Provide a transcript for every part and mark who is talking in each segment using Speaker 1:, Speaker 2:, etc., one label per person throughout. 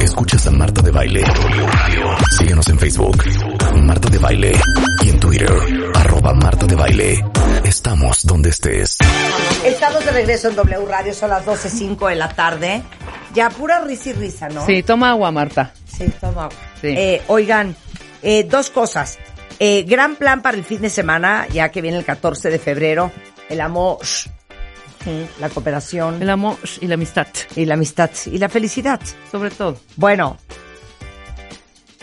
Speaker 1: Escuchas a Marta de Baile. Síguenos en Facebook, Marta de Baile. Y en Twitter, arroba Marta de Baile. Estamos donde estés.
Speaker 2: Estamos de regreso en W Radio, son las 12.05 de la tarde. Ya pura risa y risa, ¿no?
Speaker 3: Sí, toma agua, Marta.
Speaker 2: Sí, toma agua.
Speaker 3: Sí.
Speaker 2: Eh, oigan, eh, dos cosas. Eh, gran plan para el fin de semana, ya que viene el 14 de febrero. El amor, ujú, la cooperación
Speaker 3: El amor y la amistad,
Speaker 2: y la amistad y la felicidad.
Speaker 3: sobre todo.
Speaker 2: Bueno,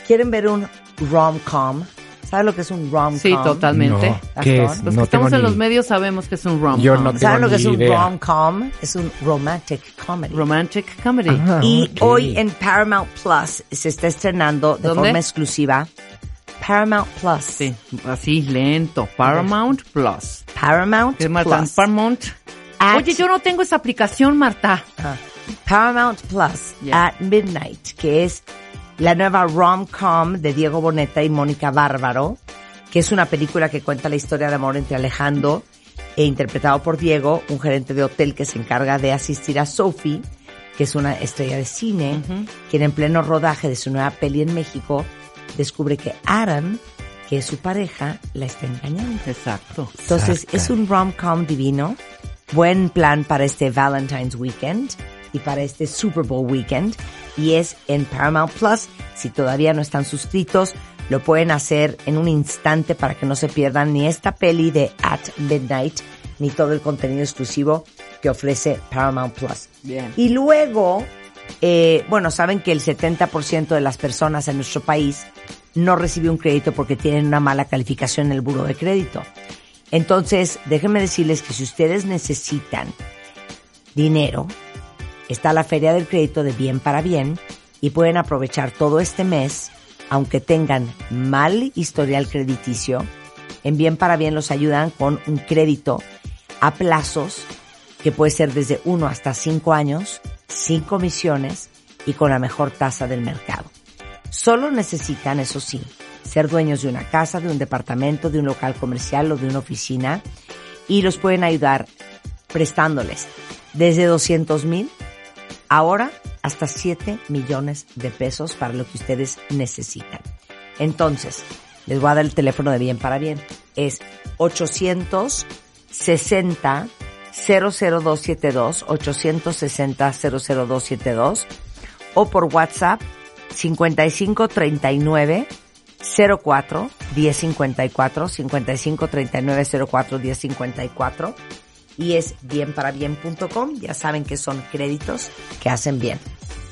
Speaker 2: ¿quieren ver un rom-com? ¿Saben lo que es un rom-com?
Speaker 3: Sí, totalmente.
Speaker 2: Gastón.
Speaker 4: No, ¿qué es?
Speaker 3: Los
Speaker 4: No
Speaker 3: que estamos
Speaker 4: tengo
Speaker 3: en
Speaker 4: ni-
Speaker 3: los medios sabemos que es un rom.
Speaker 4: Yo no
Speaker 2: ¿Saben
Speaker 4: tengo
Speaker 2: lo que
Speaker 4: ni
Speaker 2: es un
Speaker 4: idea.
Speaker 2: rom-com? Es un romantic comedy.
Speaker 3: Romantic comedy.
Speaker 4: Ah,
Speaker 2: Y
Speaker 4: ok.
Speaker 2: hoy en Paramount Plus se está estrenando de
Speaker 3: ¿Dónde?
Speaker 2: forma exclusiva Paramount Plus.
Speaker 3: Sí, así lento. Paramount Plus.
Speaker 2: Paramount
Speaker 3: Que es Marta,
Speaker 2: Plus.
Speaker 3: Paramount.
Speaker 2: At-
Speaker 3: Oye, yo no tengo esa aplicación, Marta.
Speaker 2: Ah. Paramount Plus
Speaker 3: Yeah.
Speaker 2: at Midnight, que es la nueva rom-com de Diego Boneta y Mónica Bárbaro, que es una película que cuenta la historia de amor entre Alejandro e interpretado por Diego, un gerente de hotel que se encarga de asistir a Sophie, que es una estrella de cine, quien en pleno rodaje de su nueva peli en México descubre que Adam, que es su pareja, la está engañando.
Speaker 3: Exacto.
Speaker 2: Entonces, es un rom-com divino. Buen plan para este Valentine's Weekend y para este Super Bowl Weekend. Y es en Paramount Plus. Si todavía no están suscritos, lo pueden hacer en un instante para que no se pierdan ni esta peli de At Midnight ni todo el contenido exclusivo que ofrece Paramount Plus.
Speaker 3: Bien.
Speaker 2: Y luego, eh, bueno, saben que el 70% de las personas en nuestro país no recibe un crédito porque tienen una mala calificación en el buro de crédito. Entonces, déjenme decirles que si ustedes necesitan dinero, está la Feria del Crédito de Bien para Bien y pueden aprovechar todo este mes, aunque tengan mal historial crediticio. En Bien para Bien los ayudan con un crédito a plazos que puede ser desde 1 hasta 5 años, sin comisiones y con la mejor tasa del mercado. Solo necesitan, eso sí, ser dueños de una casa, de un departamento, de un local comercial o de una oficina y los pueden ayudar prestándoles desde 200 mil ahora hasta 7 millones de pesos para lo que ustedes necesitan. Entonces, les voy a dar el teléfono de bien para bien. Es 860 00272 860 00272 o por WhatsApp 5539 04 1054 5539 04 1054 y es bienparabien.com. Ya saben que son créditos que hacen bien.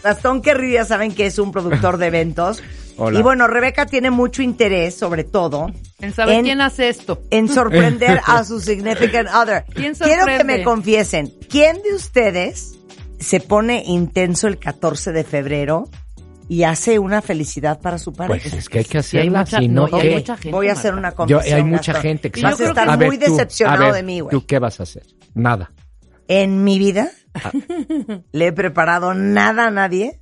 Speaker 2: Gastón Kerry ya saben que es un productor de eventos.
Speaker 4: Hola.
Speaker 2: Y bueno, Rebeca tiene mucho interés, sobre todo,
Speaker 3: ¿Quién sabe
Speaker 2: En-
Speaker 3: quién hace esto?
Speaker 2: en sorprender a su significant other.
Speaker 3: ¿Quién
Speaker 2: Quiero que
Speaker 3: sorprende?
Speaker 2: me confiesen, ¿quién de ustedes se pone intenso el 14 de febrero y hace una felicidad para su pareja?
Speaker 4: Pues es que hay que
Speaker 3: Sí, hay
Speaker 4: hacerla,
Speaker 3: mucha-
Speaker 4: si no,
Speaker 3: no, y hay
Speaker 4: ¿qué?
Speaker 3: mucha gente,
Speaker 2: Voy a hacer
Speaker 3: Marta.
Speaker 2: una
Speaker 4: Yo-
Speaker 2: confesión.
Speaker 4: hay mucha
Speaker 2: Gastón.
Speaker 4: gente.
Speaker 3: Y yo
Speaker 4: exacto.
Speaker 3: creo que-
Speaker 4: A
Speaker 3: Estás
Speaker 4: ver,
Speaker 2: muy
Speaker 4: tú,
Speaker 2: decepcionado
Speaker 4: a ver,
Speaker 2: de mí, güey.
Speaker 4: ¿Tú qué vas a hacer? Nada.
Speaker 2: En mi vida
Speaker 4: Ah.
Speaker 2: le he preparado nada a nadie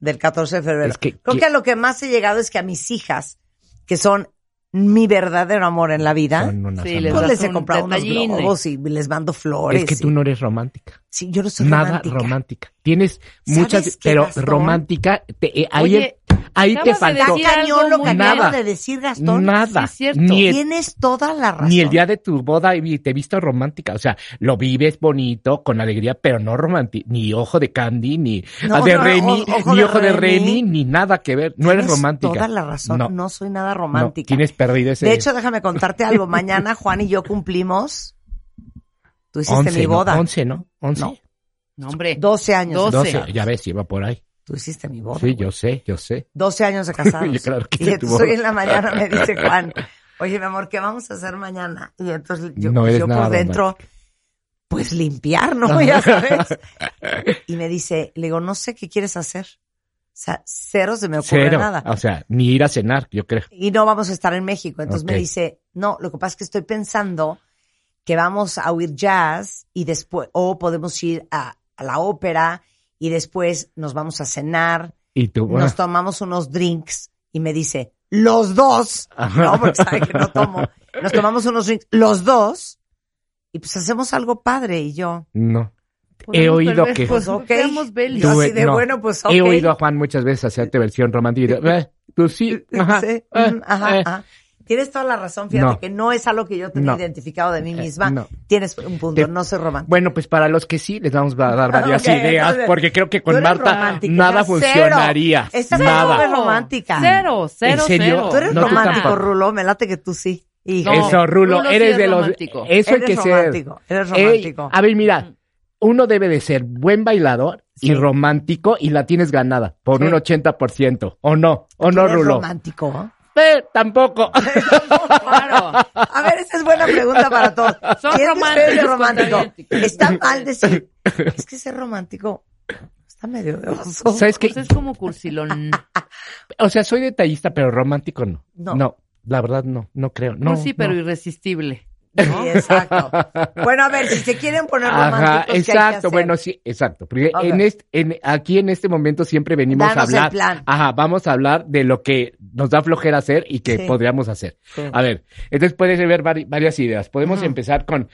Speaker 2: del 14 de febrero.
Speaker 4: Es que-
Speaker 2: Creo que,
Speaker 4: que-
Speaker 2: a lo que más he llegado es que a mis hijas, que son mi verdadero amor en la vida,
Speaker 4: Son unas
Speaker 3: Sí,
Speaker 4: amas.
Speaker 3: les
Speaker 2: pues
Speaker 3: das
Speaker 2: les he
Speaker 3: un
Speaker 2: comprado unos
Speaker 3: detallín.
Speaker 2: globos y les mando flores.
Speaker 4: es que tú
Speaker 2: y-
Speaker 4: no eres romántica.
Speaker 2: Sí, yo no soy
Speaker 4: Nada
Speaker 2: romántica.
Speaker 4: romántica. Tienes muchas,
Speaker 2: qué,
Speaker 4: pero
Speaker 2: Gastón?
Speaker 4: romántica, te- eh, ahí,
Speaker 3: Oye,
Speaker 4: el- ahí te
Speaker 3: acabas de
Speaker 4: faltó
Speaker 2: Está
Speaker 3: decir algo
Speaker 2: cañón lo que
Speaker 3: muy
Speaker 2: acabas
Speaker 4: nada.
Speaker 2: de decir, Gastón.
Speaker 4: nada.
Speaker 3: Sí, es cierto.
Speaker 4: ni, el,
Speaker 2: Tienes toda la razón.
Speaker 4: ni el día de tu boda y te he visto romántica. O sea, lo vives bonito, con alegría, pero no romántica. Ni ojo de Candy, ni
Speaker 2: No,
Speaker 4: de
Speaker 2: no,
Speaker 4: Remy,
Speaker 2: o- ojo
Speaker 4: ni
Speaker 2: de
Speaker 4: ojo de
Speaker 2: Remy.
Speaker 4: Remy, ni nada que ver. No eres
Speaker 2: Tienes
Speaker 4: romántica.
Speaker 2: Toda la razón. No,
Speaker 4: No.
Speaker 2: soy nada
Speaker 4: No,
Speaker 2: romántica.
Speaker 4: tienes perdido ese.
Speaker 2: De hecho, déjame contarte algo. Mañana Juan y yo cumplimos. Tú hiciste mi boda.
Speaker 4: ¿no? 11, ¿no? 11.
Speaker 2: No,
Speaker 3: No, hombre.
Speaker 2: 12 años.
Speaker 3: Doce.
Speaker 4: 12. Ya ves, iba por ahí.
Speaker 2: Tú hiciste mi boda.
Speaker 4: Sí, yo sé, yo sé.
Speaker 2: 12 años de casados.
Speaker 4: Yo claro que
Speaker 2: y
Speaker 4: hice
Speaker 2: entonces
Speaker 4: tu
Speaker 2: hoy
Speaker 4: boda.
Speaker 2: en la mañana me dice Juan, oye, mi amor, ¿qué vamos a hacer mañana? Y entonces yo,
Speaker 4: No eres
Speaker 2: yo
Speaker 4: nada
Speaker 2: por dentro, pues limpiar, ¿no? Ya sabes. Y me dice, le digo, no sé qué quieres hacer. O sea, cero se me ocurre
Speaker 4: Cero.
Speaker 2: nada.
Speaker 4: O sea, ni ir a cenar, yo creo.
Speaker 2: y no vamos a estar en México. Entonces me
Speaker 4: Ok.
Speaker 2: dice, no, lo que pasa es que estoy pensando que vamos a oír jazz y después, o podemos ir a, a la ópera y después nos vamos a cenar,
Speaker 4: Y tú, bueno,
Speaker 2: nos tomamos unos drinks y me dice, los dos, no, porque sabe que no tomo, nos tomamos unos drinks, los dos, y pues hacemos algo padre y yo.
Speaker 4: no. He oído
Speaker 5: tal vez,
Speaker 4: que-
Speaker 5: Pues,
Speaker 2: Ok.
Speaker 5: veamos Belly.
Speaker 2: Yo
Speaker 4: Tú-
Speaker 2: así de
Speaker 4: no.
Speaker 2: bueno, pues ok.
Speaker 4: He oído a Juan muchas veces hacerte versión romántica. Eh, tú sí, ajá,
Speaker 2: Sí,
Speaker 4: eh,
Speaker 2: mm, ajá,
Speaker 4: eh.
Speaker 2: ajá. Tienes toda la razón, fíjate
Speaker 4: No.
Speaker 2: que no es algo que yo tenía
Speaker 4: No.
Speaker 2: identificado de mí
Speaker 4: Eh,
Speaker 2: misma.
Speaker 4: no.
Speaker 2: Tienes un punto,
Speaker 4: Te-
Speaker 2: no soy romántica.
Speaker 4: Bueno, pues para los que sí les vamos a dar varias
Speaker 2: Ok,
Speaker 4: ideas,
Speaker 2: entonces,
Speaker 4: porque creo que
Speaker 2: Tú
Speaker 4: con
Speaker 2: eres
Speaker 4: Marta
Speaker 2: romántica,
Speaker 4: nada
Speaker 2: cero.
Speaker 4: funcionaría.
Speaker 2: Estás
Speaker 4: nada.
Speaker 2: súper romántica.
Speaker 5: Cero, cero,
Speaker 4: ¿En serio?
Speaker 5: cero.
Speaker 2: Tú eres
Speaker 4: No, tú
Speaker 2: romántico,
Speaker 4: tampoco.
Speaker 2: Rulo, me late que tú sí. Y
Speaker 5: No,
Speaker 4: eso, Rulo,
Speaker 5: Rulo sí
Speaker 4: eres
Speaker 5: es
Speaker 4: de los.
Speaker 5: romántico.
Speaker 4: Eso hay
Speaker 2: eres
Speaker 4: que ser.
Speaker 2: romántico, eres romántico. Mm.
Speaker 4: Ey, a ver, mira, uno debe de ser buen bailador
Speaker 2: Sí.
Speaker 4: y romántico y la tienes ganada por
Speaker 2: Sí.
Speaker 4: un 80%. ¿O no? ¿O no,
Speaker 2: ¿Eres
Speaker 4: Rulo?
Speaker 2: romántico? Pues ¿eh?
Speaker 4: Eh, tampoco.
Speaker 5: Claro.
Speaker 2: A ver, esa es buena pregunta para todos.
Speaker 5: Son
Speaker 2: ¿Quién de ustedes es
Speaker 5: románticos,
Speaker 2: romántico?
Speaker 5: contradictorios.
Speaker 2: Está mal decir. Es que ser romántico está medio de oso.
Speaker 4: ¿Sabes qué?
Speaker 5: Pues es como cursilón.
Speaker 4: O sea, soy detallista, pero romántico no.
Speaker 2: No. Pues
Speaker 4: No. la verdad no, no creo. No,
Speaker 5: Cursi, pero
Speaker 4: no.
Speaker 5: irresistible.
Speaker 2: Sí, exacto. Bueno, a ver, si se quieren poner
Speaker 4: Ajá,
Speaker 2: románticos, ¿qué hay que
Speaker 4: exacto,
Speaker 2: hacer?
Speaker 4: bueno, sí, exacto. Porque
Speaker 2: Ok.
Speaker 4: en este, en, aquí en este momento siempre venimos
Speaker 2: Danos
Speaker 4: a
Speaker 2: el
Speaker 4: hablar.
Speaker 2: plan.
Speaker 4: Ajá, vamos a hablar de lo que nos da flojera hacer y que
Speaker 2: Sí.
Speaker 4: podríamos hacer.
Speaker 2: Sí.
Speaker 4: A ver, entonces puedes ver vari- varias ideas. Podemos
Speaker 2: Ujú.
Speaker 4: empezar con,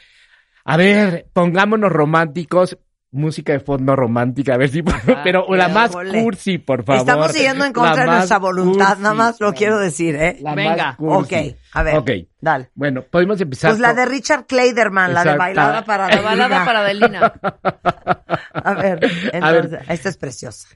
Speaker 4: a ver, pongámonos románticos, música de fondo romántica, a ver si, pero la más
Speaker 2: híjole.
Speaker 4: cursi, por favor.
Speaker 2: Estamos siguiendo en
Speaker 4: La
Speaker 2: contra de
Speaker 4: más
Speaker 2: nuestra voluntad,
Speaker 4: cursi.
Speaker 2: nada más lo quiero decir, ¿eh?
Speaker 4: La más
Speaker 5: Venga.
Speaker 2: Ok,
Speaker 4: cursi.
Speaker 2: a ver.
Speaker 4: Ok.
Speaker 2: Dale.
Speaker 4: Bueno, podemos empezar.
Speaker 2: Pues la
Speaker 4: con-
Speaker 2: de Richard Clayderman, la de
Speaker 4: Exacto.
Speaker 2: bailada para
Speaker 5: La balada para Delina.
Speaker 2: A ver, entonces, esta es preciosa.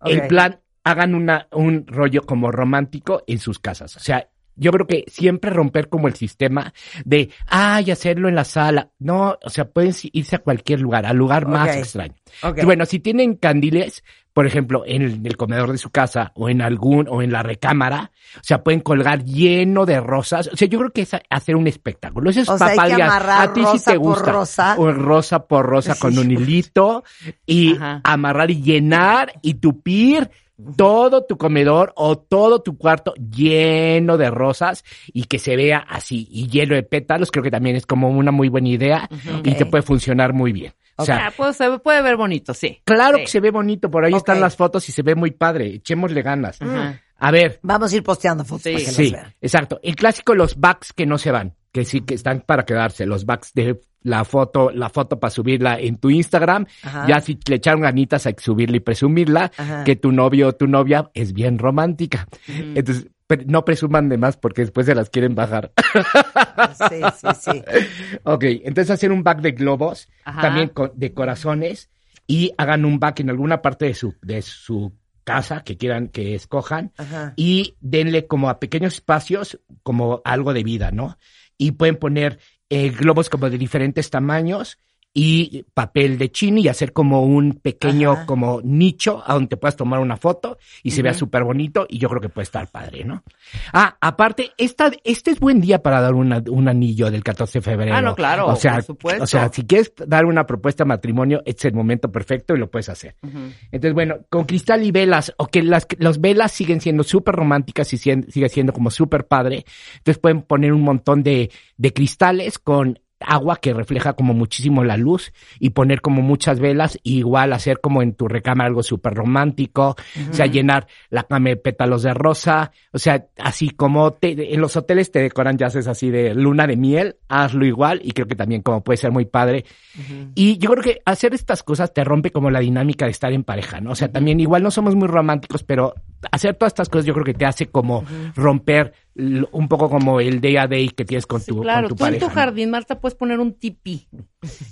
Speaker 2: Ok.
Speaker 4: En plan, hagan una, un rollo como romántico en sus casas. O sea, yo creo que siempre romper como el sistema de, ay, hacerlo en la sala. No, o sea, pueden si- irse a cualquier lugar, al lugar más
Speaker 2: Ok.
Speaker 4: extraño.
Speaker 2: Ok.
Speaker 4: Bueno, si tienen candiles, por ejemplo, en el, en el comedor de su casa o en algún, o en la recámara, o sea, pueden colgar lleno de rosas. O sea, yo creo que es a- hacer un espectáculo. Eso es
Speaker 2: O sea, hay que
Speaker 4: papalia.
Speaker 2: amarrar
Speaker 4: a ti sí
Speaker 2: rosa
Speaker 4: te
Speaker 2: por
Speaker 4: gusta.
Speaker 2: rosa.
Speaker 4: O rosa por rosa
Speaker 2: Sí,
Speaker 4: con un
Speaker 2: hijo.
Speaker 4: hilito y
Speaker 5: Ajá.
Speaker 4: amarrar y llenar y tupir todo tu comedor o todo tu cuarto lleno de rosas y que se vea así y lleno de pétalos, creo que también es como una muy buena idea y te
Speaker 2: Ok.
Speaker 4: puede funcionar muy bien. O sea,
Speaker 5: Ah, pues, se puede ver bonito, sí.
Speaker 4: Claro
Speaker 5: Sí.
Speaker 4: que se ve bonito, por ahí
Speaker 2: Ok.
Speaker 4: están las fotos y se ve muy padre. Echémosle ganas.
Speaker 5: Ajá.
Speaker 4: A ver,
Speaker 2: Vamos a ir posteando fotos
Speaker 5: Sí.
Speaker 2: para que las
Speaker 4: sí,
Speaker 2: vean.
Speaker 4: exacto. El clásico, los backs que no se van, que sí que están para quedarse. Los backs de la foto, la foto para subirla en tu Instagram.
Speaker 2: Ajá.
Speaker 4: Ya si le echaron ganitas hay que subirla y presumirla,
Speaker 2: Ajá.
Speaker 4: que tu novio o tu novia es bien romántica. Entonces, pre- no presuman de más porque después se las quieren bajar.
Speaker 2: Sí, sí, sí.
Speaker 4: Ok, entonces hacer un back de globos,
Speaker 5: Ajá.
Speaker 4: también co- de corazones, y hagan un back en alguna parte de su, de su casa que quieran que escojan,
Speaker 2: Ajá.
Speaker 4: y denle como a pequeños espacios como algo de vida, ¿no? Y pueden poner eh, globos como de diferentes tamaños y papel de chini y hacer como un pequeño
Speaker 2: Ajá.
Speaker 4: como nicho a donde te puedas tomar una foto y se vea
Speaker 5: Ujú.
Speaker 4: súper bonito y yo creo que puede estar padre, ¿no? Ah, aparte, esta, este es buen día para dar una- un anillo del 14 de febrero.
Speaker 5: Ah, no, claro,
Speaker 4: O sea,
Speaker 5: por supuesto.
Speaker 4: O sea, si quieres dar una propuesta de matrimonio, este es el momento perfecto y lo puedes hacer.
Speaker 5: Ujú.
Speaker 4: Entonces, bueno, con cristal y velas, o que las, las velas siguen siendo súper románticas y sien- sigue siendo como súper padre. Entonces pueden poner un montón de, de cristales con agua que refleja como muchísimo la luz y poner como muchas velas y igual hacer como en tu recámara algo súper romántico, o sea, llenar la cama de pétalos de rosa, o sea, así como te- en los hoteles te decoran ya haces así de luna de miel, hazlo igual y creo que también como puede ser muy padre y yo creo que hacer estas cosas te rompe como la dinámica de estar en pareja, ¿no? O sea, también igual no somos muy románticos, pero hacer todas estas cosas yo creo que te hace como romper l- un poco como el day a day que tienes con
Speaker 5: Sí,
Speaker 4: tu,
Speaker 5: claro,
Speaker 4: con tu
Speaker 5: tú
Speaker 4: pareja.
Speaker 5: en tu
Speaker 4: ¿no?
Speaker 5: jardín, Marta, puedes poner un tipi.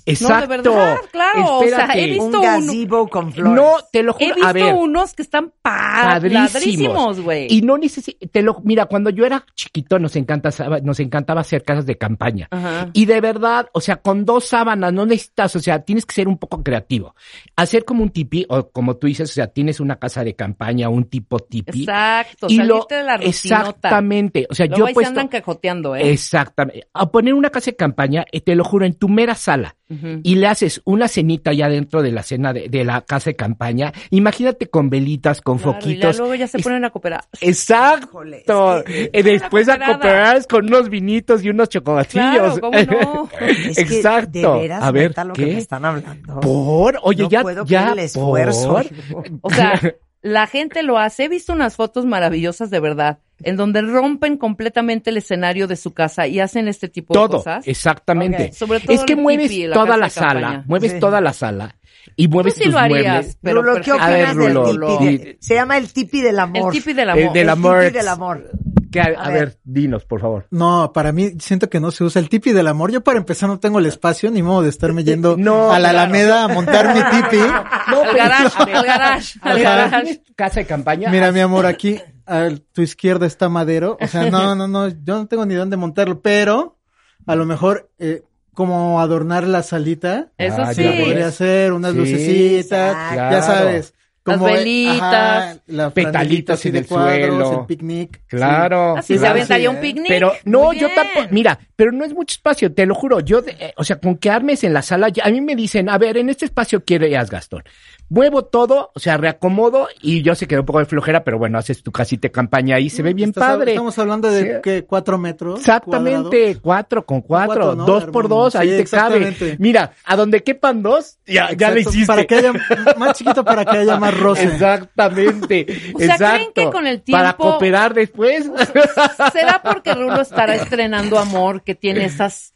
Speaker 4: Exacto.
Speaker 5: No, de verdad, claro. O sea,
Speaker 4: Espérate.
Speaker 5: he visto,
Speaker 2: Un
Speaker 5: uno-
Speaker 2: gazebo con flores.
Speaker 4: No, te lo
Speaker 5: he
Speaker 4: juro.
Speaker 5: visto
Speaker 4: a ver,
Speaker 5: unos que están padrísimos,
Speaker 4: padrísimos.
Speaker 5: güey.
Speaker 4: Y no necesito, te lo, mira, cuando yo era chiquito nos encantaba, nos encantaba hacer casas de campaña.
Speaker 5: Ajá.
Speaker 4: Y de verdad, o sea, con dos sábanas no necesitas, o sea, tienes que ser un poco creativo. Hacer como un tipi, o como tú dices, o sea, tienes una casa de campaña, un tipo tipi.
Speaker 5: Exacto,
Speaker 4: y
Speaker 5: saliste
Speaker 4: lo,
Speaker 5: de la rutinota.
Speaker 4: exactamente, o sea,
Speaker 5: Luego
Speaker 4: yo he
Speaker 5: ahí se
Speaker 4: puesto,
Speaker 5: andan cajoteando, ¿eh?
Speaker 4: exactamente, a poner una casa de campaña, eh, te lo juro, en tu mera sala,
Speaker 5: Ujú.
Speaker 4: y le haces una cenita ya dentro de la cena de, de la casa de campaña, imagínate con velitas, con
Speaker 5: Claro, y ya
Speaker 4: foquitos.
Speaker 5: luego ya se
Speaker 4: Es-
Speaker 5: ponen a cooperar.
Speaker 4: Exacto.
Speaker 2: Híjole, es que-
Speaker 4: Eh, Después a
Speaker 5: Una cooperada.
Speaker 4: cooperar con unos vinitos y unos chocolatillos.
Speaker 5: Claro, ¿cómo no?
Speaker 2: Es que,
Speaker 4: Exacto.
Speaker 2: de veras,
Speaker 4: a ver,
Speaker 2: neta, lo
Speaker 4: ¿qué?
Speaker 2: que me están hablando.
Speaker 4: Por, oye,
Speaker 2: no
Speaker 4: ya,
Speaker 2: puedo
Speaker 4: ya,
Speaker 2: creer el esfuerzo.
Speaker 4: por.
Speaker 5: O sea, la gente lo hace. He visto unas fotos maravillosas de verdad. en donde rompen completamente el escenario de su casa y hacen este tipo de
Speaker 4: Todo,
Speaker 5: cosas.
Speaker 4: exactamente.
Speaker 2: Ok.
Speaker 5: Sobre todo
Speaker 4: es que
Speaker 5: el
Speaker 4: mueves
Speaker 5: hippie, la
Speaker 4: toda
Speaker 5: casa
Speaker 4: la
Speaker 5: de
Speaker 4: sala,
Speaker 5: campaña.
Speaker 4: mueves
Speaker 2: Sí.
Speaker 4: toda la sala y mueves
Speaker 5: Tú sí
Speaker 4: tus
Speaker 5: lo harías,
Speaker 4: muebles.
Speaker 5: pero
Speaker 2: Rulo, ¿qué
Speaker 5: perfecto.
Speaker 4: A ver,
Speaker 2: opinas del
Speaker 4: Rulo,
Speaker 2: tipi? de-
Speaker 4: sí.
Speaker 2: se llama el tipi del amor.
Speaker 5: El tipi del
Speaker 4: El
Speaker 5: amor.
Speaker 4: de
Speaker 2: El
Speaker 4: del la-
Speaker 2: tipi
Speaker 4: amor.
Speaker 2: del amor.
Speaker 4: Que, a,
Speaker 2: A
Speaker 4: a
Speaker 2: ver.
Speaker 4: ver, dinos, por favor.
Speaker 6: No, para mí siento que no se usa el tipi del amor. Yo para empezar no tengo el espacio ni modo de estarme yendo
Speaker 4: No,
Speaker 6: a la
Speaker 4: claro.
Speaker 6: Alameda a montar mi tipi.
Speaker 5: al garage, al garage, al
Speaker 4: O sea,
Speaker 5: garage.
Speaker 4: casa de campaña.
Speaker 6: Mira, mi amor, aquí a tu izquierda está Madero. O sea, no, no, no, yo no tengo ni dónde montarlo, pero a lo mejor eh, como adornar la salita.
Speaker 5: Eso
Speaker 4: Ah,
Speaker 5: sí.
Speaker 6: Se podría hacer unas
Speaker 4: Sí,
Speaker 6: lucecitas,
Speaker 2: exacto.
Speaker 6: ya sabes.
Speaker 5: Las
Speaker 6: eh,
Speaker 5: velitas,
Speaker 6: ajá, la
Speaker 4: Petalitos
Speaker 6: franelita así
Speaker 4: en
Speaker 6: de
Speaker 4: el
Speaker 6: cuadros,
Speaker 4: suelo.
Speaker 6: el picnic.
Speaker 4: Claro.
Speaker 5: Así Ah, se
Speaker 6: claro,
Speaker 5: aventaría un
Speaker 6: sí, ¿eh?
Speaker 5: picnic.
Speaker 4: Pero no,
Speaker 5: Muy
Speaker 4: yo
Speaker 5: bien.
Speaker 4: tampoco. Mira, pero no es mucho espacio, te lo juro. Yo, de- eh, o sea, con que armes en la sala, ya- a mí me dicen, a ver, en este espacio quieres, Gastón. Muevo todo, o sea, reacomodo y yo sé que un poco de flojera, pero bueno, haces tu casita de campaña ahí, se ve bien
Speaker 6: Mm, Estás-
Speaker 4: padre.
Speaker 6: Estamos hablando de
Speaker 4: Sí.
Speaker 6: que cuatro metros.
Speaker 4: Exactamente,
Speaker 6: cuadrados.
Speaker 4: cuatro con cuatro,
Speaker 6: Cuatro, ¿no?
Speaker 4: dos por
Speaker 6: Hermano,
Speaker 4: dos, ahí
Speaker 6: sí,
Speaker 4: te cabe.
Speaker 6: exactamente.
Speaker 4: Mira, a donde quepan dos, ya, ya
Speaker 6: Exacto,
Speaker 4: le hiciste.
Speaker 6: Para que haya más chiquito, para que haya más roce.
Speaker 4: Exactamente.
Speaker 5: O sea, ¿creen
Speaker 4: exacto.
Speaker 5: que con el
Speaker 4: Para
Speaker 5: tiempo-
Speaker 4: cooperar después.
Speaker 5: ¿Será porque Rulo estará estrenando amor que tiene esas,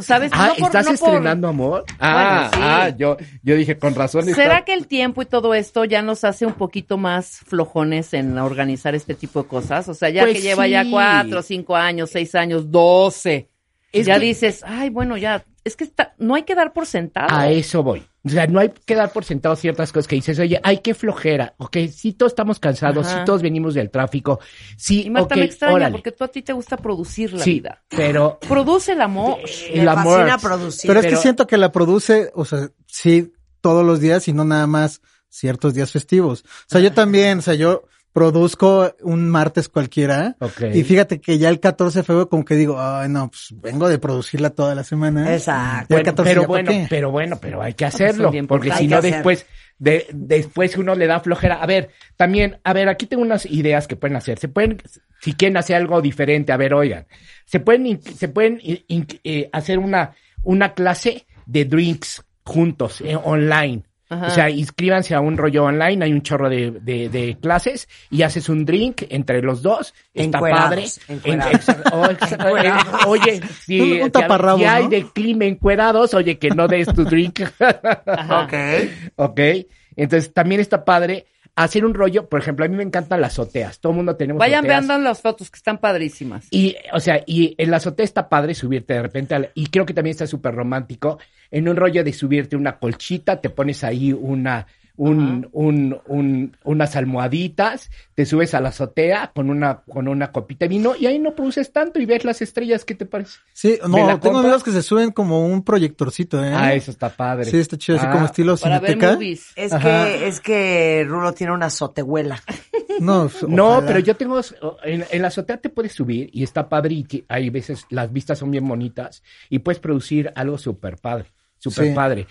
Speaker 5: sabes?
Speaker 4: Ah,
Speaker 5: No por-
Speaker 4: ¿estás
Speaker 5: no por-
Speaker 4: estrenando amor? Ah,
Speaker 5: sí.
Speaker 4: ah, yo, yo dije con razón.
Speaker 5: ¿Será
Speaker 4: está-
Speaker 5: que el tiempo y todo esto ya nos hace un poquito más flojones en organizar este tipo de cosas? O sea, ya
Speaker 4: Pues
Speaker 5: que lleva
Speaker 4: sí.
Speaker 5: ya cuatro, cinco años, seis años, doce,
Speaker 4: Es
Speaker 5: ya
Speaker 4: que
Speaker 5: dices, ay, bueno, ya, es que está, no hay que dar por sentado.
Speaker 4: A eso voy. O sea, no hay que dar por sentado ciertas cosas que dices, oye, ay, qué flojera. Ok, si todos estamos cansados,
Speaker 5: Ajá.
Speaker 4: si todos venimos del tráfico, sí,
Speaker 5: y Marta
Speaker 4: ok,
Speaker 5: me extraña
Speaker 4: órale.
Speaker 5: porque tú a ti te gusta producir la
Speaker 4: sí,
Speaker 5: vida.
Speaker 4: pero
Speaker 5: Produce el amor.
Speaker 4: el
Speaker 2: Me
Speaker 4: amor.
Speaker 2: fascina producir.
Speaker 6: pero es
Speaker 4: pero-
Speaker 6: que siento que la produce, o sea, sí, todos los días y no nada más ciertos días festivos. O sea, yo también, o sea, yo produzco un martes cualquiera.
Speaker 4: Ok.
Speaker 6: Y fíjate que ya el 14 de febrero como que digo, ay, no, pues vengo de producirla toda la semana.
Speaker 2: Exacto.
Speaker 6: Ya el
Speaker 4: Ah, Bueno,
Speaker 6: 14
Speaker 4: pero
Speaker 6: ya, ¿pa'
Speaker 4: bueno,
Speaker 6: qué?
Speaker 4: pero bueno, pero hay que
Speaker 2: Pues
Speaker 5: son
Speaker 4: hacerlo,
Speaker 5: bien
Speaker 4: porque
Speaker 2: importantes.
Speaker 4: si
Speaker 2: Hay
Speaker 4: no
Speaker 2: que hacer.
Speaker 4: después de después uno le da flojera. A ver, también, a ver, aquí tengo unas ideas que pueden hacer. Se pueden si quieren hacer algo diferente, a ver, oigan, se pueden in- se pueden in- in- eh, hacer una una clase de drinks juntos eh, online.
Speaker 5: Ajá.
Speaker 4: O sea, inscríbanse a un rollo online, hay un chorro de, de- de clases y haces un drink entre los dos. Está padre.
Speaker 2: Encuerados, encuerados.
Speaker 4: En- exa- o- exa- Oye, si,
Speaker 6: Un- un
Speaker 4: si-
Speaker 6: taparrabos,
Speaker 4: si hay
Speaker 6: ¿no?
Speaker 4: de clima encuerados, oye, que no des tu drink.
Speaker 5: Ajá.
Speaker 4: ok. Entonces, también está padre hacer un rollo. Por ejemplo, a mí me encantan las azoteas. Todo el mundo tenemos
Speaker 5: Vayan
Speaker 4: azoteas.
Speaker 5: vean las fotos que están padrísimas.
Speaker 4: Y, o sea, y en la azotea está padre subirte de repente, al- y creo que también está súper romántico, en un rollo de subirte una colchita, te pones ahí una, un, un, un- unas almohaditas, te subes a la azotea con una, con una copita de vino, y ahí no produces tanto y ves las estrellas, ¿qué te parece?
Speaker 6: Sí,
Speaker 4: ¿Me la
Speaker 6: no, tengo
Speaker 4: compras?
Speaker 6: amigos que se suben como un proyectorcito, ¿eh?
Speaker 4: Ah, eso está padre.
Speaker 6: Sí, está chido, así
Speaker 4: Ah,
Speaker 6: como estilo
Speaker 5: Para ver
Speaker 6: cineteca.
Speaker 5: movies.
Speaker 2: Es
Speaker 6: Ajá.
Speaker 2: que, es que Rulo tiene una azotehuela.
Speaker 6: No, pues,
Speaker 4: No,
Speaker 6: ojalá.
Speaker 4: pero yo tengo, en, en la azotea te puedes subir y está padre y que hay veces las vistas son bien bonitas y puedes producir algo súper padre, súper
Speaker 6: Sí.
Speaker 4: padre.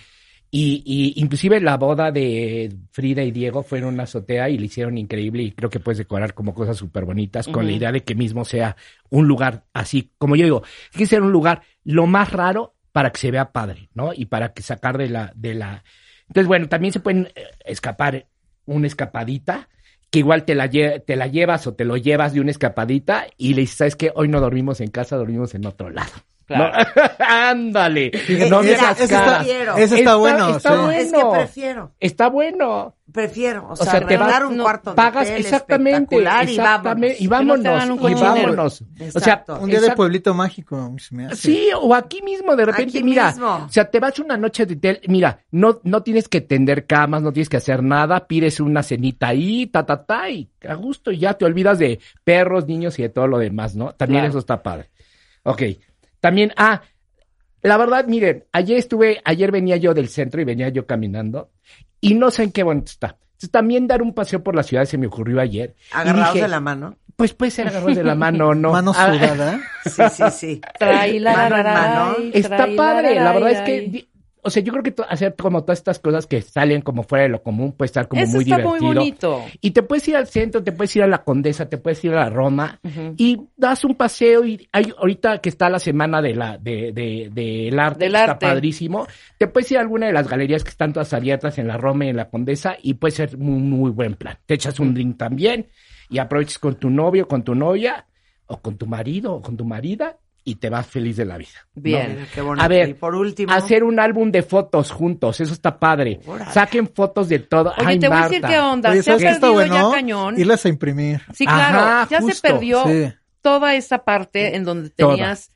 Speaker 4: Y, y inclusive la boda de Frida y Diego fue en una azotea y le hicieron increíble y creo que puedes decorar como cosas súper bonitas con la
Speaker 5: Ujú.
Speaker 4: idea de que mismo sea un lugar así, como yo digo, tiene que ser un lugar lo más raro para que se vea padre, ¿no? Y para que sacar de la, de la... Entonces, bueno, también se pueden eh, escapar una escapadita que igual te la, lle- te la llevas o te lo llevas de una escapadita y le dices, ¿sabes qué? Hoy no dormimos en casa, dormimos en otro lado.
Speaker 5: Claro.
Speaker 4: ¿No? ah, Ándale. No me
Speaker 6: mira,
Speaker 4: hagas
Speaker 6: eso está-
Speaker 4: caras.
Speaker 2: Prefiero.
Speaker 6: Ese está,
Speaker 4: Está-
Speaker 6: bueno.
Speaker 4: está
Speaker 6: sí.
Speaker 2: No,
Speaker 4: bueno.
Speaker 2: es que prefiero.
Speaker 4: Está bueno.
Speaker 2: Prefiero. O
Speaker 4: sea,
Speaker 2: sea,
Speaker 4: te vas-
Speaker 2: arreglar un
Speaker 5: no,
Speaker 2: cuarto de
Speaker 4: Pagas
Speaker 2: hotel
Speaker 4: exactamente,
Speaker 2: espectacular y
Speaker 4: exactamente,
Speaker 2: vámonos.
Speaker 4: y
Speaker 5: no
Speaker 4: vámonos.
Speaker 5: te hagan un
Speaker 4: Y
Speaker 5: cochinero.
Speaker 4: vámonos. O sea,
Speaker 2: Exacto.
Speaker 6: Un día de
Speaker 4: exacto.
Speaker 6: pueblito mágico, se me hace.
Speaker 4: Sí, o aquí mismo, de repente,
Speaker 2: Aquí
Speaker 4: mira,
Speaker 2: mismo.
Speaker 4: o sea, te vas una noche de hotel, mira, no, no tienes que tender camas, no tienes que hacer nada, pides una cenita ahí, ta, ta, ta, y a gusto, y ya te olvidas de perros, niños y de todo lo demás, ¿no? También
Speaker 5: Claro.
Speaker 4: eso está padre. Ok, también, ah, la verdad, miren, ayer estuve, ayer venía yo del centro y venía yo caminando, y no sé en qué bonito está. Entonces, también dar un paseo por la ciudad se me ocurrió ayer. y
Speaker 2: Agarrados
Speaker 4: dije,
Speaker 2: de la mano.
Speaker 4: Pues puede ser agarrados de la mano o no.
Speaker 6: Mano
Speaker 4: Ah,
Speaker 6: sudada.
Speaker 2: Sí, sí, sí.
Speaker 5: Traí la
Speaker 2: Mano en mano.
Speaker 5: raray,
Speaker 4: Está
Speaker 5: traí
Speaker 4: padre, la verdad es que,
Speaker 5: raray.
Speaker 4: di- o sea, yo creo que to- hacer como todas estas cosas que salen como fuera de lo común puede estar como
Speaker 5: Eso
Speaker 4: muy
Speaker 5: está
Speaker 4: divertido.
Speaker 5: muy bonito.
Speaker 4: Y te puedes ir al centro, te puedes ir a la Condesa, te puedes ir a la Roma y das un paseo y hay, ahorita que está la semana de la de, de, del arte,
Speaker 5: Del
Speaker 4: que está
Speaker 5: arte.
Speaker 4: padrísimo, te puedes ir a alguna de las galerías que están todas abiertas en la Roma y en la Condesa y puede ser un muy buen plan. Te echas un drink también y aproveches con tu novio, con tu novia, o con tu marido, o con tu marida, y te vas feliz de la vida. ¿no?
Speaker 5: Bien.
Speaker 2: Qué bonito.
Speaker 4: A ver,
Speaker 2: y por último,
Speaker 4: Hacer un álbum de fotos juntos, eso está padre.
Speaker 2: Órale.
Speaker 4: Saquen fotos de todo.
Speaker 5: Oye,
Speaker 4: Ay,
Speaker 5: te voy a decir
Speaker 4: Marta.
Speaker 5: qué onda.
Speaker 6: Oye,
Speaker 5: se ha
Speaker 6: ¿sabes qué está
Speaker 5: perdido
Speaker 6: bueno?
Speaker 5: ya cañón.
Speaker 6: Irlas a imprimir.
Speaker 5: Sí, claro.
Speaker 4: Ajá,
Speaker 5: ya se
Speaker 4: justo,
Speaker 5: perdió
Speaker 6: Sí.
Speaker 5: toda esa parte en donde
Speaker 4: Toda.
Speaker 5: tenías,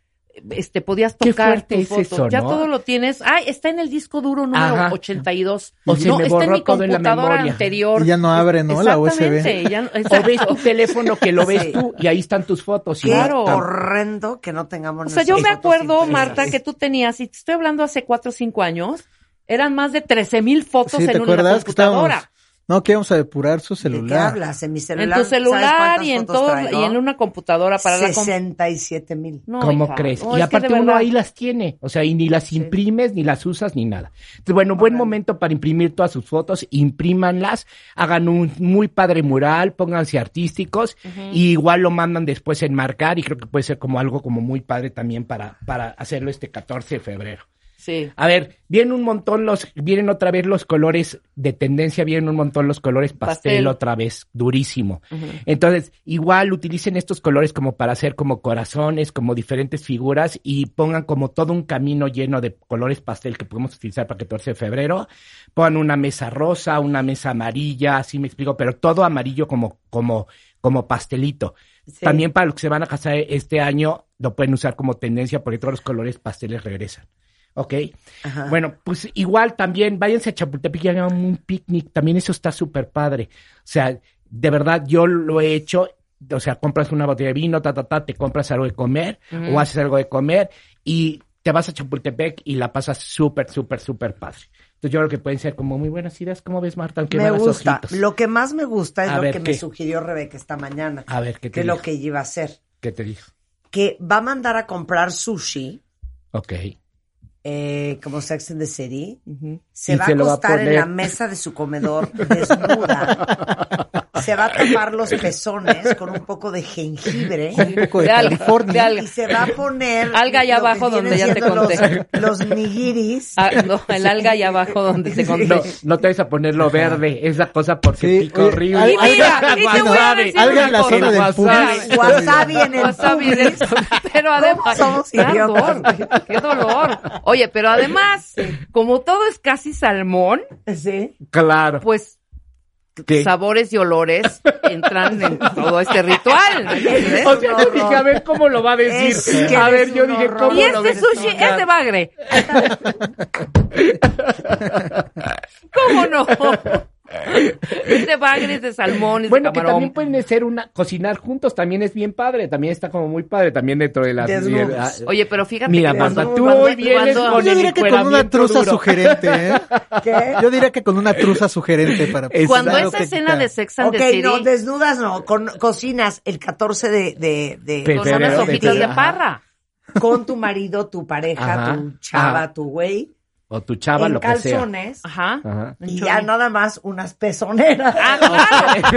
Speaker 5: este, podías
Speaker 4: Qué
Speaker 5: tocar
Speaker 4: fuerte
Speaker 5: tu
Speaker 4: es
Speaker 5: foto.
Speaker 4: eso,
Speaker 5: Ya
Speaker 4: ¿no?
Speaker 5: todo lo tienes. Ah, está en el disco duro número
Speaker 4: Ajá.
Speaker 5: 82.
Speaker 4: O se
Speaker 5: no,
Speaker 4: me
Speaker 5: está en
Speaker 4: borró
Speaker 5: mi
Speaker 4: todo en la
Speaker 5: computadora
Speaker 4: memoria.
Speaker 5: anterior.
Speaker 6: Y ya no abre, ¿no? La USB.
Speaker 5: Exactamente, ya no-
Speaker 4: O
Speaker 5: exacto.
Speaker 4: ves tu teléfono que lo ves
Speaker 2: Sí.
Speaker 4: tú y ahí están tus fotos. y
Speaker 2: qué
Speaker 4: no
Speaker 5: claro.
Speaker 4: tan-
Speaker 2: horrendo que no tengamos
Speaker 5: O sea, yo me
Speaker 2: nuestras
Speaker 5: acuerdo,
Speaker 2: fotos
Speaker 5: Marta,
Speaker 2: impresas.
Speaker 5: que tú tenías, y te estoy hablando hace cuatro o cinco años, eran más de 13 mil fotos
Speaker 6: Sí, ¿te
Speaker 5: en una
Speaker 6: acuerdas que estábamos?
Speaker 5: computadora.
Speaker 6: No, que íbamos a depurar su
Speaker 2: ¿De qué
Speaker 6: celular.
Speaker 2: hablas? En mi
Speaker 5: En
Speaker 2: celular.
Speaker 5: tu
Speaker 2: ¿sabes
Speaker 5: celular
Speaker 2: cuántas
Speaker 5: y en
Speaker 2: fotos
Speaker 5: todo,
Speaker 2: traigo?
Speaker 5: y en una computadora para la com-
Speaker 2: 67 mil.
Speaker 5: No,
Speaker 4: ¿Cómo
Speaker 5: hija.
Speaker 4: crees?
Speaker 5: No,
Speaker 4: y
Speaker 5: es que de
Speaker 4: aparte uno
Speaker 5: verdad-
Speaker 4: ahí las tiene, o sea, y ni las imprimes, ni las usas, ni nada. Entonces, bueno, buen momento para imprimir todas sus fotos, imprímanlas, hagan un muy padre mural, pónganse artísticos, y igual lo mandan después a enmarcar, y creo que puede ser como algo como muy padre también para, para hacerlo este 14 de febrero.
Speaker 5: Sí.
Speaker 4: A ver, vienen un montón los, vienen otra vez los colores de tendencia, vienen un montón los colores pastel,
Speaker 5: Pastel.
Speaker 4: otra vez, durísimo. Entonces, igual utilicen estos colores como para hacer como corazones, como diferentes figuras y pongan como todo un camino lleno de colores pastel que podemos utilizar para 14 de febrero. Pongan una mesa rosa, una mesa amarilla, así me explico, pero todo amarillo como, como, como pastelito. También para los que se van a casar este año, lo pueden usar como tendencia porque todos los colores pasteles regresan. ¿Ok? Bueno, pues igual también, váyanse a Chapultepec y hagan un picnic. También eso está súper padre. O sea, de verdad, yo lo he hecho. O sea, compras una botella de vino, ta, ta, ta, te compras algo de comer o haces algo de comer y te vas a Chapultepec y la pasas súper, súper, súper padre. Entonces yo creo que pueden ser como muy buenas ideas. ¿Cómo ves, Marta? Aunque
Speaker 2: Me
Speaker 4: vean los
Speaker 2: gusta.
Speaker 4: ojitos.
Speaker 2: Lo que más me gusta es
Speaker 4: A
Speaker 2: lo
Speaker 4: ver,
Speaker 2: que me
Speaker 4: ¿qué?
Speaker 2: sugirió Rebeca esta mañana,
Speaker 4: A ver, ¿qué
Speaker 2: que
Speaker 4: te
Speaker 2: es
Speaker 4: dijo?
Speaker 2: lo que iba a hacer.
Speaker 4: ¿Qué te dijo?
Speaker 2: Que va a mandar a comprar sushi,
Speaker 4: Ok.
Speaker 2: eh, como Sex and the City,
Speaker 5: Ujú.
Speaker 2: se
Speaker 4: Y
Speaker 2: va
Speaker 4: se
Speaker 2: a
Speaker 4: lo va a
Speaker 2: acostar en
Speaker 4: poner.
Speaker 2: la mesa de su comedor desnuda, se va a tapar los pezones con un poco de jengibre.
Speaker 6: Un poco de
Speaker 5: De alga,
Speaker 6: California.
Speaker 5: de alga.
Speaker 2: Y se va a poner
Speaker 5: Alga allá
Speaker 2: lo que
Speaker 5: abajo donde
Speaker 2: vienen
Speaker 5: ya te
Speaker 2: siendo
Speaker 5: conté.
Speaker 2: Los, los nigiris.
Speaker 5: Ah, no, el alga allá abajo donde te conté.
Speaker 4: No, no te vas a ponerlo verde, esa cosa porque
Speaker 6: Sí,
Speaker 4: pica
Speaker 6: oye,
Speaker 4: horrible.
Speaker 6: al-
Speaker 5: Y mira, y
Speaker 6: alga-
Speaker 5: te voy a
Speaker 4: wasabi.
Speaker 5: decir
Speaker 6: Alga
Speaker 5: una
Speaker 6: en la
Speaker 5: cosa.
Speaker 6: zona del
Speaker 5: Wasabi.
Speaker 6: pubis.
Speaker 2: Wasabi en el
Speaker 5: Ah, Wasabi
Speaker 2: pubis.
Speaker 5: directo. Pero además,
Speaker 2: somos
Speaker 5: qué
Speaker 2: idiotas?
Speaker 5: dolor, qué dolor. Oye, pero además, como todo es casi salmón,
Speaker 2: Sí.
Speaker 4: Claro.
Speaker 5: pues
Speaker 4: ¿Qué?
Speaker 5: sabores y olores entran en todo este ritual. ¿me entiendes?
Speaker 4: O sea, yo dije, a ver cómo lo va a decir.
Speaker 2: Es que
Speaker 4: a
Speaker 2: eres
Speaker 4: ver, yo
Speaker 2: un
Speaker 4: dije,
Speaker 2: horror.
Speaker 4: ¿cómo
Speaker 5: y
Speaker 4: lo
Speaker 5: este
Speaker 4: ves?
Speaker 5: sushi es de bagre. ¿Cómo no? Es de bagre, es de salmón, es
Speaker 4: Bueno,
Speaker 5: de
Speaker 4: que
Speaker 5: camarón.
Speaker 4: también pueden hacer una, cocinar juntos, también es bien padre, también está como muy padre, también dentro de las... ah,
Speaker 2: Desnudos.
Speaker 5: Oye, pero fíjate
Speaker 4: Mira,
Speaker 5: que
Speaker 4: Marta,
Speaker 5: cuando-
Speaker 4: tú
Speaker 5: cuando-
Speaker 4: hoy vienes
Speaker 5: cuando-
Speaker 4: con
Speaker 6: Yo
Speaker 4: el
Speaker 6: diría que con una
Speaker 4: encueramiento
Speaker 6: truza
Speaker 4: duro.
Speaker 6: sugerente, ¿eh?
Speaker 2: ¿Qué?
Speaker 6: Yo diría que con una truza sugerente para...
Speaker 4: Exacto.
Speaker 5: Cuando
Speaker 6: Claro
Speaker 5: esa
Speaker 6: que
Speaker 5: escena
Speaker 6: quita.
Speaker 5: de Sex and
Speaker 2: Ok,
Speaker 5: the City
Speaker 2: no, desnudas no, con, cocinas el 14 de, de, de-
Speaker 4: Pero-
Speaker 5: con unas
Speaker 4: Febrero,
Speaker 5: hojitas de
Speaker 4: febrero.
Speaker 5: parra.
Speaker 2: con tu marido, tu pareja,
Speaker 4: Ajá,
Speaker 2: tu chava,
Speaker 4: ajá.
Speaker 2: tu güey,
Speaker 4: O tu chava,
Speaker 2: en
Speaker 4: lo que sea.
Speaker 2: calzones
Speaker 5: Ajá.
Speaker 4: Ajá.
Speaker 2: y ya nada más unas pezoneras.
Speaker 5: Ah,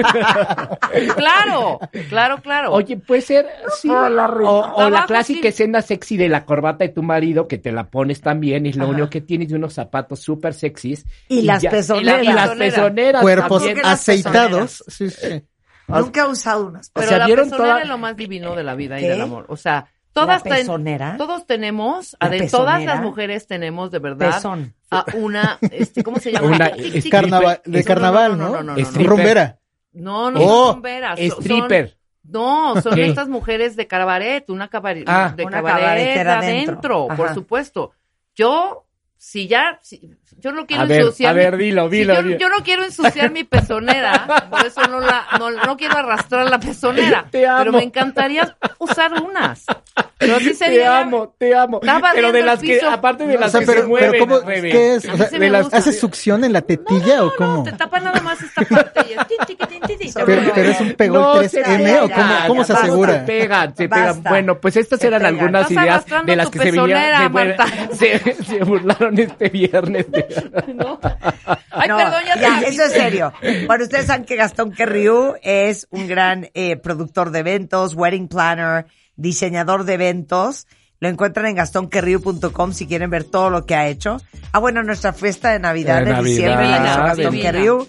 Speaker 5: claro. claro, claro, claro.
Speaker 4: Oye, puede ser, sí. O, o la
Speaker 5: Abajo,
Speaker 4: clásica
Speaker 5: sí.
Speaker 4: escena sexy de la corbata de tu marido, que te la pones también, es lo único que tienes de unos zapatos súper sexys.
Speaker 2: Y las
Speaker 4: ya-
Speaker 2: pezoneras.
Speaker 4: Y las pezoneras.
Speaker 6: Cuerpos
Speaker 4: también.
Speaker 2: Porque las
Speaker 6: aceitados. Sí, sí.
Speaker 2: Nunca he usado unas
Speaker 5: pero
Speaker 4: o sea,
Speaker 5: la
Speaker 4: ¿vieron
Speaker 5: persona
Speaker 4: toda-
Speaker 5: es lo más divino de la vida y
Speaker 2: ¿Qué?
Speaker 5: del amor. O sea, todas
Speaker 2: ¿La
Speaker 5: ten-
Speaker 2: pezonera?
Speaker 5: todos tenemos,
Speaker 2: ¿La
Speaker 5: a de-
Speaker 2: pezonera?
Speaker 5: todas las mujeres tenemos de verdad
Speaker 2: Pezón.
Speaker 5: a una, este, ¿cómo se llama?
Speaker 4: Una eh,
Speaker 5: Tic, tic, tic,
Speaker 6: Carnaval,
Speaker 5: tic.
Speaker 6: de
Speaker 5: No,
Speaker 6: carnaval,
Speaker 5: no, no, no, no, no, no,
Speaker 4: Stripper.
Speaker 6: Rumbera.
Speaker 5: no, no,
Speaker 4: Oh,
Speaker 5: no son veras, son-
Speaker 4: stripper.
Speaker 5: son- no, son
Speaker 4: ¿Qué?
Speaker 5: estas mujeres de cabaret, una cabaret,
Speaker 4: Ah.
Speaker 5: de
Speaker 2: Una
Speaker 5: cabaret
Speaker 2: cabaretera
Speaker 5: adentro,
Speaker 2: adentro.
Speaker 5: por
Speaker 2: Ajá.
Speaker 5: supuesto. Yo, si ya, si- yo no quiero
Speaker 4: A ver,
Speaker 5: ensuciar.
Speaker 4: a
Speaker 5: mi-
Speaker 4: ver, dilo,
Speaker 5: si
Speaker 4: dilo,
Speaker 5: yo,
Speaker 4: dilo.
Speaker 5: yo no quiero ensuciar mi pezonera, por eso no la, no, no quiero arrastrar la pezonera.
Speaker 4: Te amo.
Speaker 5: Pero me encantaría usar unas. Pero así
Speaker 4: Te
Speaker 5: sería.
Speaker 4: amo, te amo.
Speaker 5: Estaba
Speaker 4: Pero de
Speaker 5: viendo el
Speaker 4: las que,
Speaker 5: piso.
Speaker 4: aparte de
Speaker 6: O
Speaker 4: las
Speaker 6: sea,
Speaker 4: que se
Speaker 6: pero, pero
Speaker 4: mueven.
Speaker 6: ¿cómo?
Speaker 4: al revés.
Speaker 6: ¿Qué es? O
Speaker 5: A mí
Speaker 6: sea,
Speaker 5: sí
Speaker 6: de
Speaker 5: me
Speaker 6: las-
Speaker 5: gusta.
Speaker 6: ¿Haces succión en la tetilla o
Speaker 5: No,
Speaker 6: cómo?
Speaker 5: te tapa nada más esta parte. Y es tin, tiqui, tin, tin, tin, te
Speaker 6: pero,
Speaker 5: vuelve a
Speaker 6: pero es
Speaker 5: ver.
Speaker 6: un pegol
Speaker 4: No, se
Speaker 6: 3M
Speaker 4: pegan,
Speaker 6: o cómo,
Speaker 2: ya,
Speaker 6: cómo
Speaker 2: ya,
Speaker 6: se
Speaker 2: basta.
Speaker 6: asegura?
Speaker 4: Se pegan, se
Speaker 2: Basta.
Speaker 4: pegan. Bueno, pues estas
Speaker 2: Se
Speaker 4: eran
Speaker 2: pegan.
Speaker 4: algunas
Speaker 5: Estás
Speaker 4: ideas
Speaker 5: arrastrando
Speaker 4: de las
Speaker 5: tu
Speaker 4: que se, vinieron-
Speaker 5: pezonera,
Speaker 4: se, fueron- se- se burlaron este viernes. de-
Speaker 5: No. Ay,
Speaker 2: No,
Speaker 5: perdón, ya, te
Speaker 2: ya,
Speaker 5: la
Speaker 2: eso es
Speaker 5: quité.
Speaker 2: serio. Bueno, ustedes saben que Gastón Querriú es un gran eh, productor de eventos, wedding planner, diseñador de eventos. Lo encuentran en gastonquerriu.com si quieren ver todo lo que ha hecho. Ah, bueno, nuestra fiesta de Navidad
Speaker 4: De
Speaker 2: de,
Speaker 4: Navidad,
Speaker 2: diciembre la hizo
Speaker 5: divina,
Speaker 2: Gastón
Speaker 5: divina.
Speaker 2: Querriú.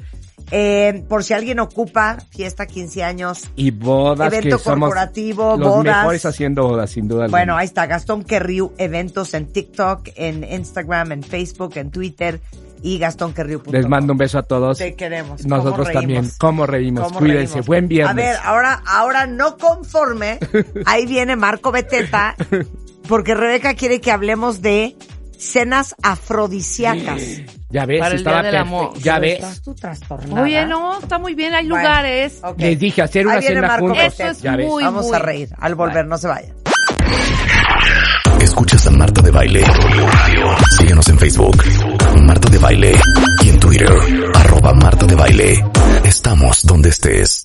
Speaker 2: Eh, por si alguien ocupa fiesta, 15 años.
Speaker 4: Y bodas
Speaker 2: Evento
Speaker 4: que somos
Speaker 2: corporativo,
Speaker 4: los
Speaker 2: bodas.
Speaker 4: mejores haciendo bodas, sin duda alguna.
Speaker 2: Bueno, ahí está Gastón Querriu Eventos en TikTok, en Instagram, en Facebook, en Twitter y gastonquerriu.com.
Speaker 4: Les mando un beso a todos.
Speaker 2: Te queremos. ¿Cómo
Speaker 4: Nosotros
Speaker 2: reímos?
Speaker 4: también. ¿Cómo reímos?
Speaker 2: ¿Cómo
Speaker 4: Cuídense.
Speaker 2: reímos?
Speaker 4: Buen viernes.
Speaker 2: A ver, ahora, ahora no conforme. Ahí viene Marco Beteta, porque Rebeca quiere que hablemos de cenas afrodisíacas.
Speaker 4: ya ves,
Speaker 5: Para el
Speaker 4: estaba
Speaker 5: Día del
Speaker 4: perfe-
Speaker 5: Amor.
Speaker 4: Ya
Speaker 2: Pero
Speaker 4: ves.
Speaker 2: Estás tú trastornada.
Speaker 5: Oye, no, está muy bien, hay
Speaker 2: Bueno,
Speaker 5: lugares.
Speaker 2: ok.
Speaker 4: Les dije hacer
Speaker 2: Ahí
Speaker 4: una
Speaker 2: viene
Speaker 4: cena
Speaker 2: Marco
Speaker 4: juntos.
Speaker 5: Eso es
Speaker 4: ya ves.
Speaker 5: muy-
Speaker 2: Vamos a
Speaker 5: muy-
Speaker 2: reír. Al volver, no se vayan.
Speaker 1: Escuchas a Marta de Baile. Síguenos en Facebook. Marta de Baile. Y en Twitter. Arroba Marta de Baile. Estamos donde estés.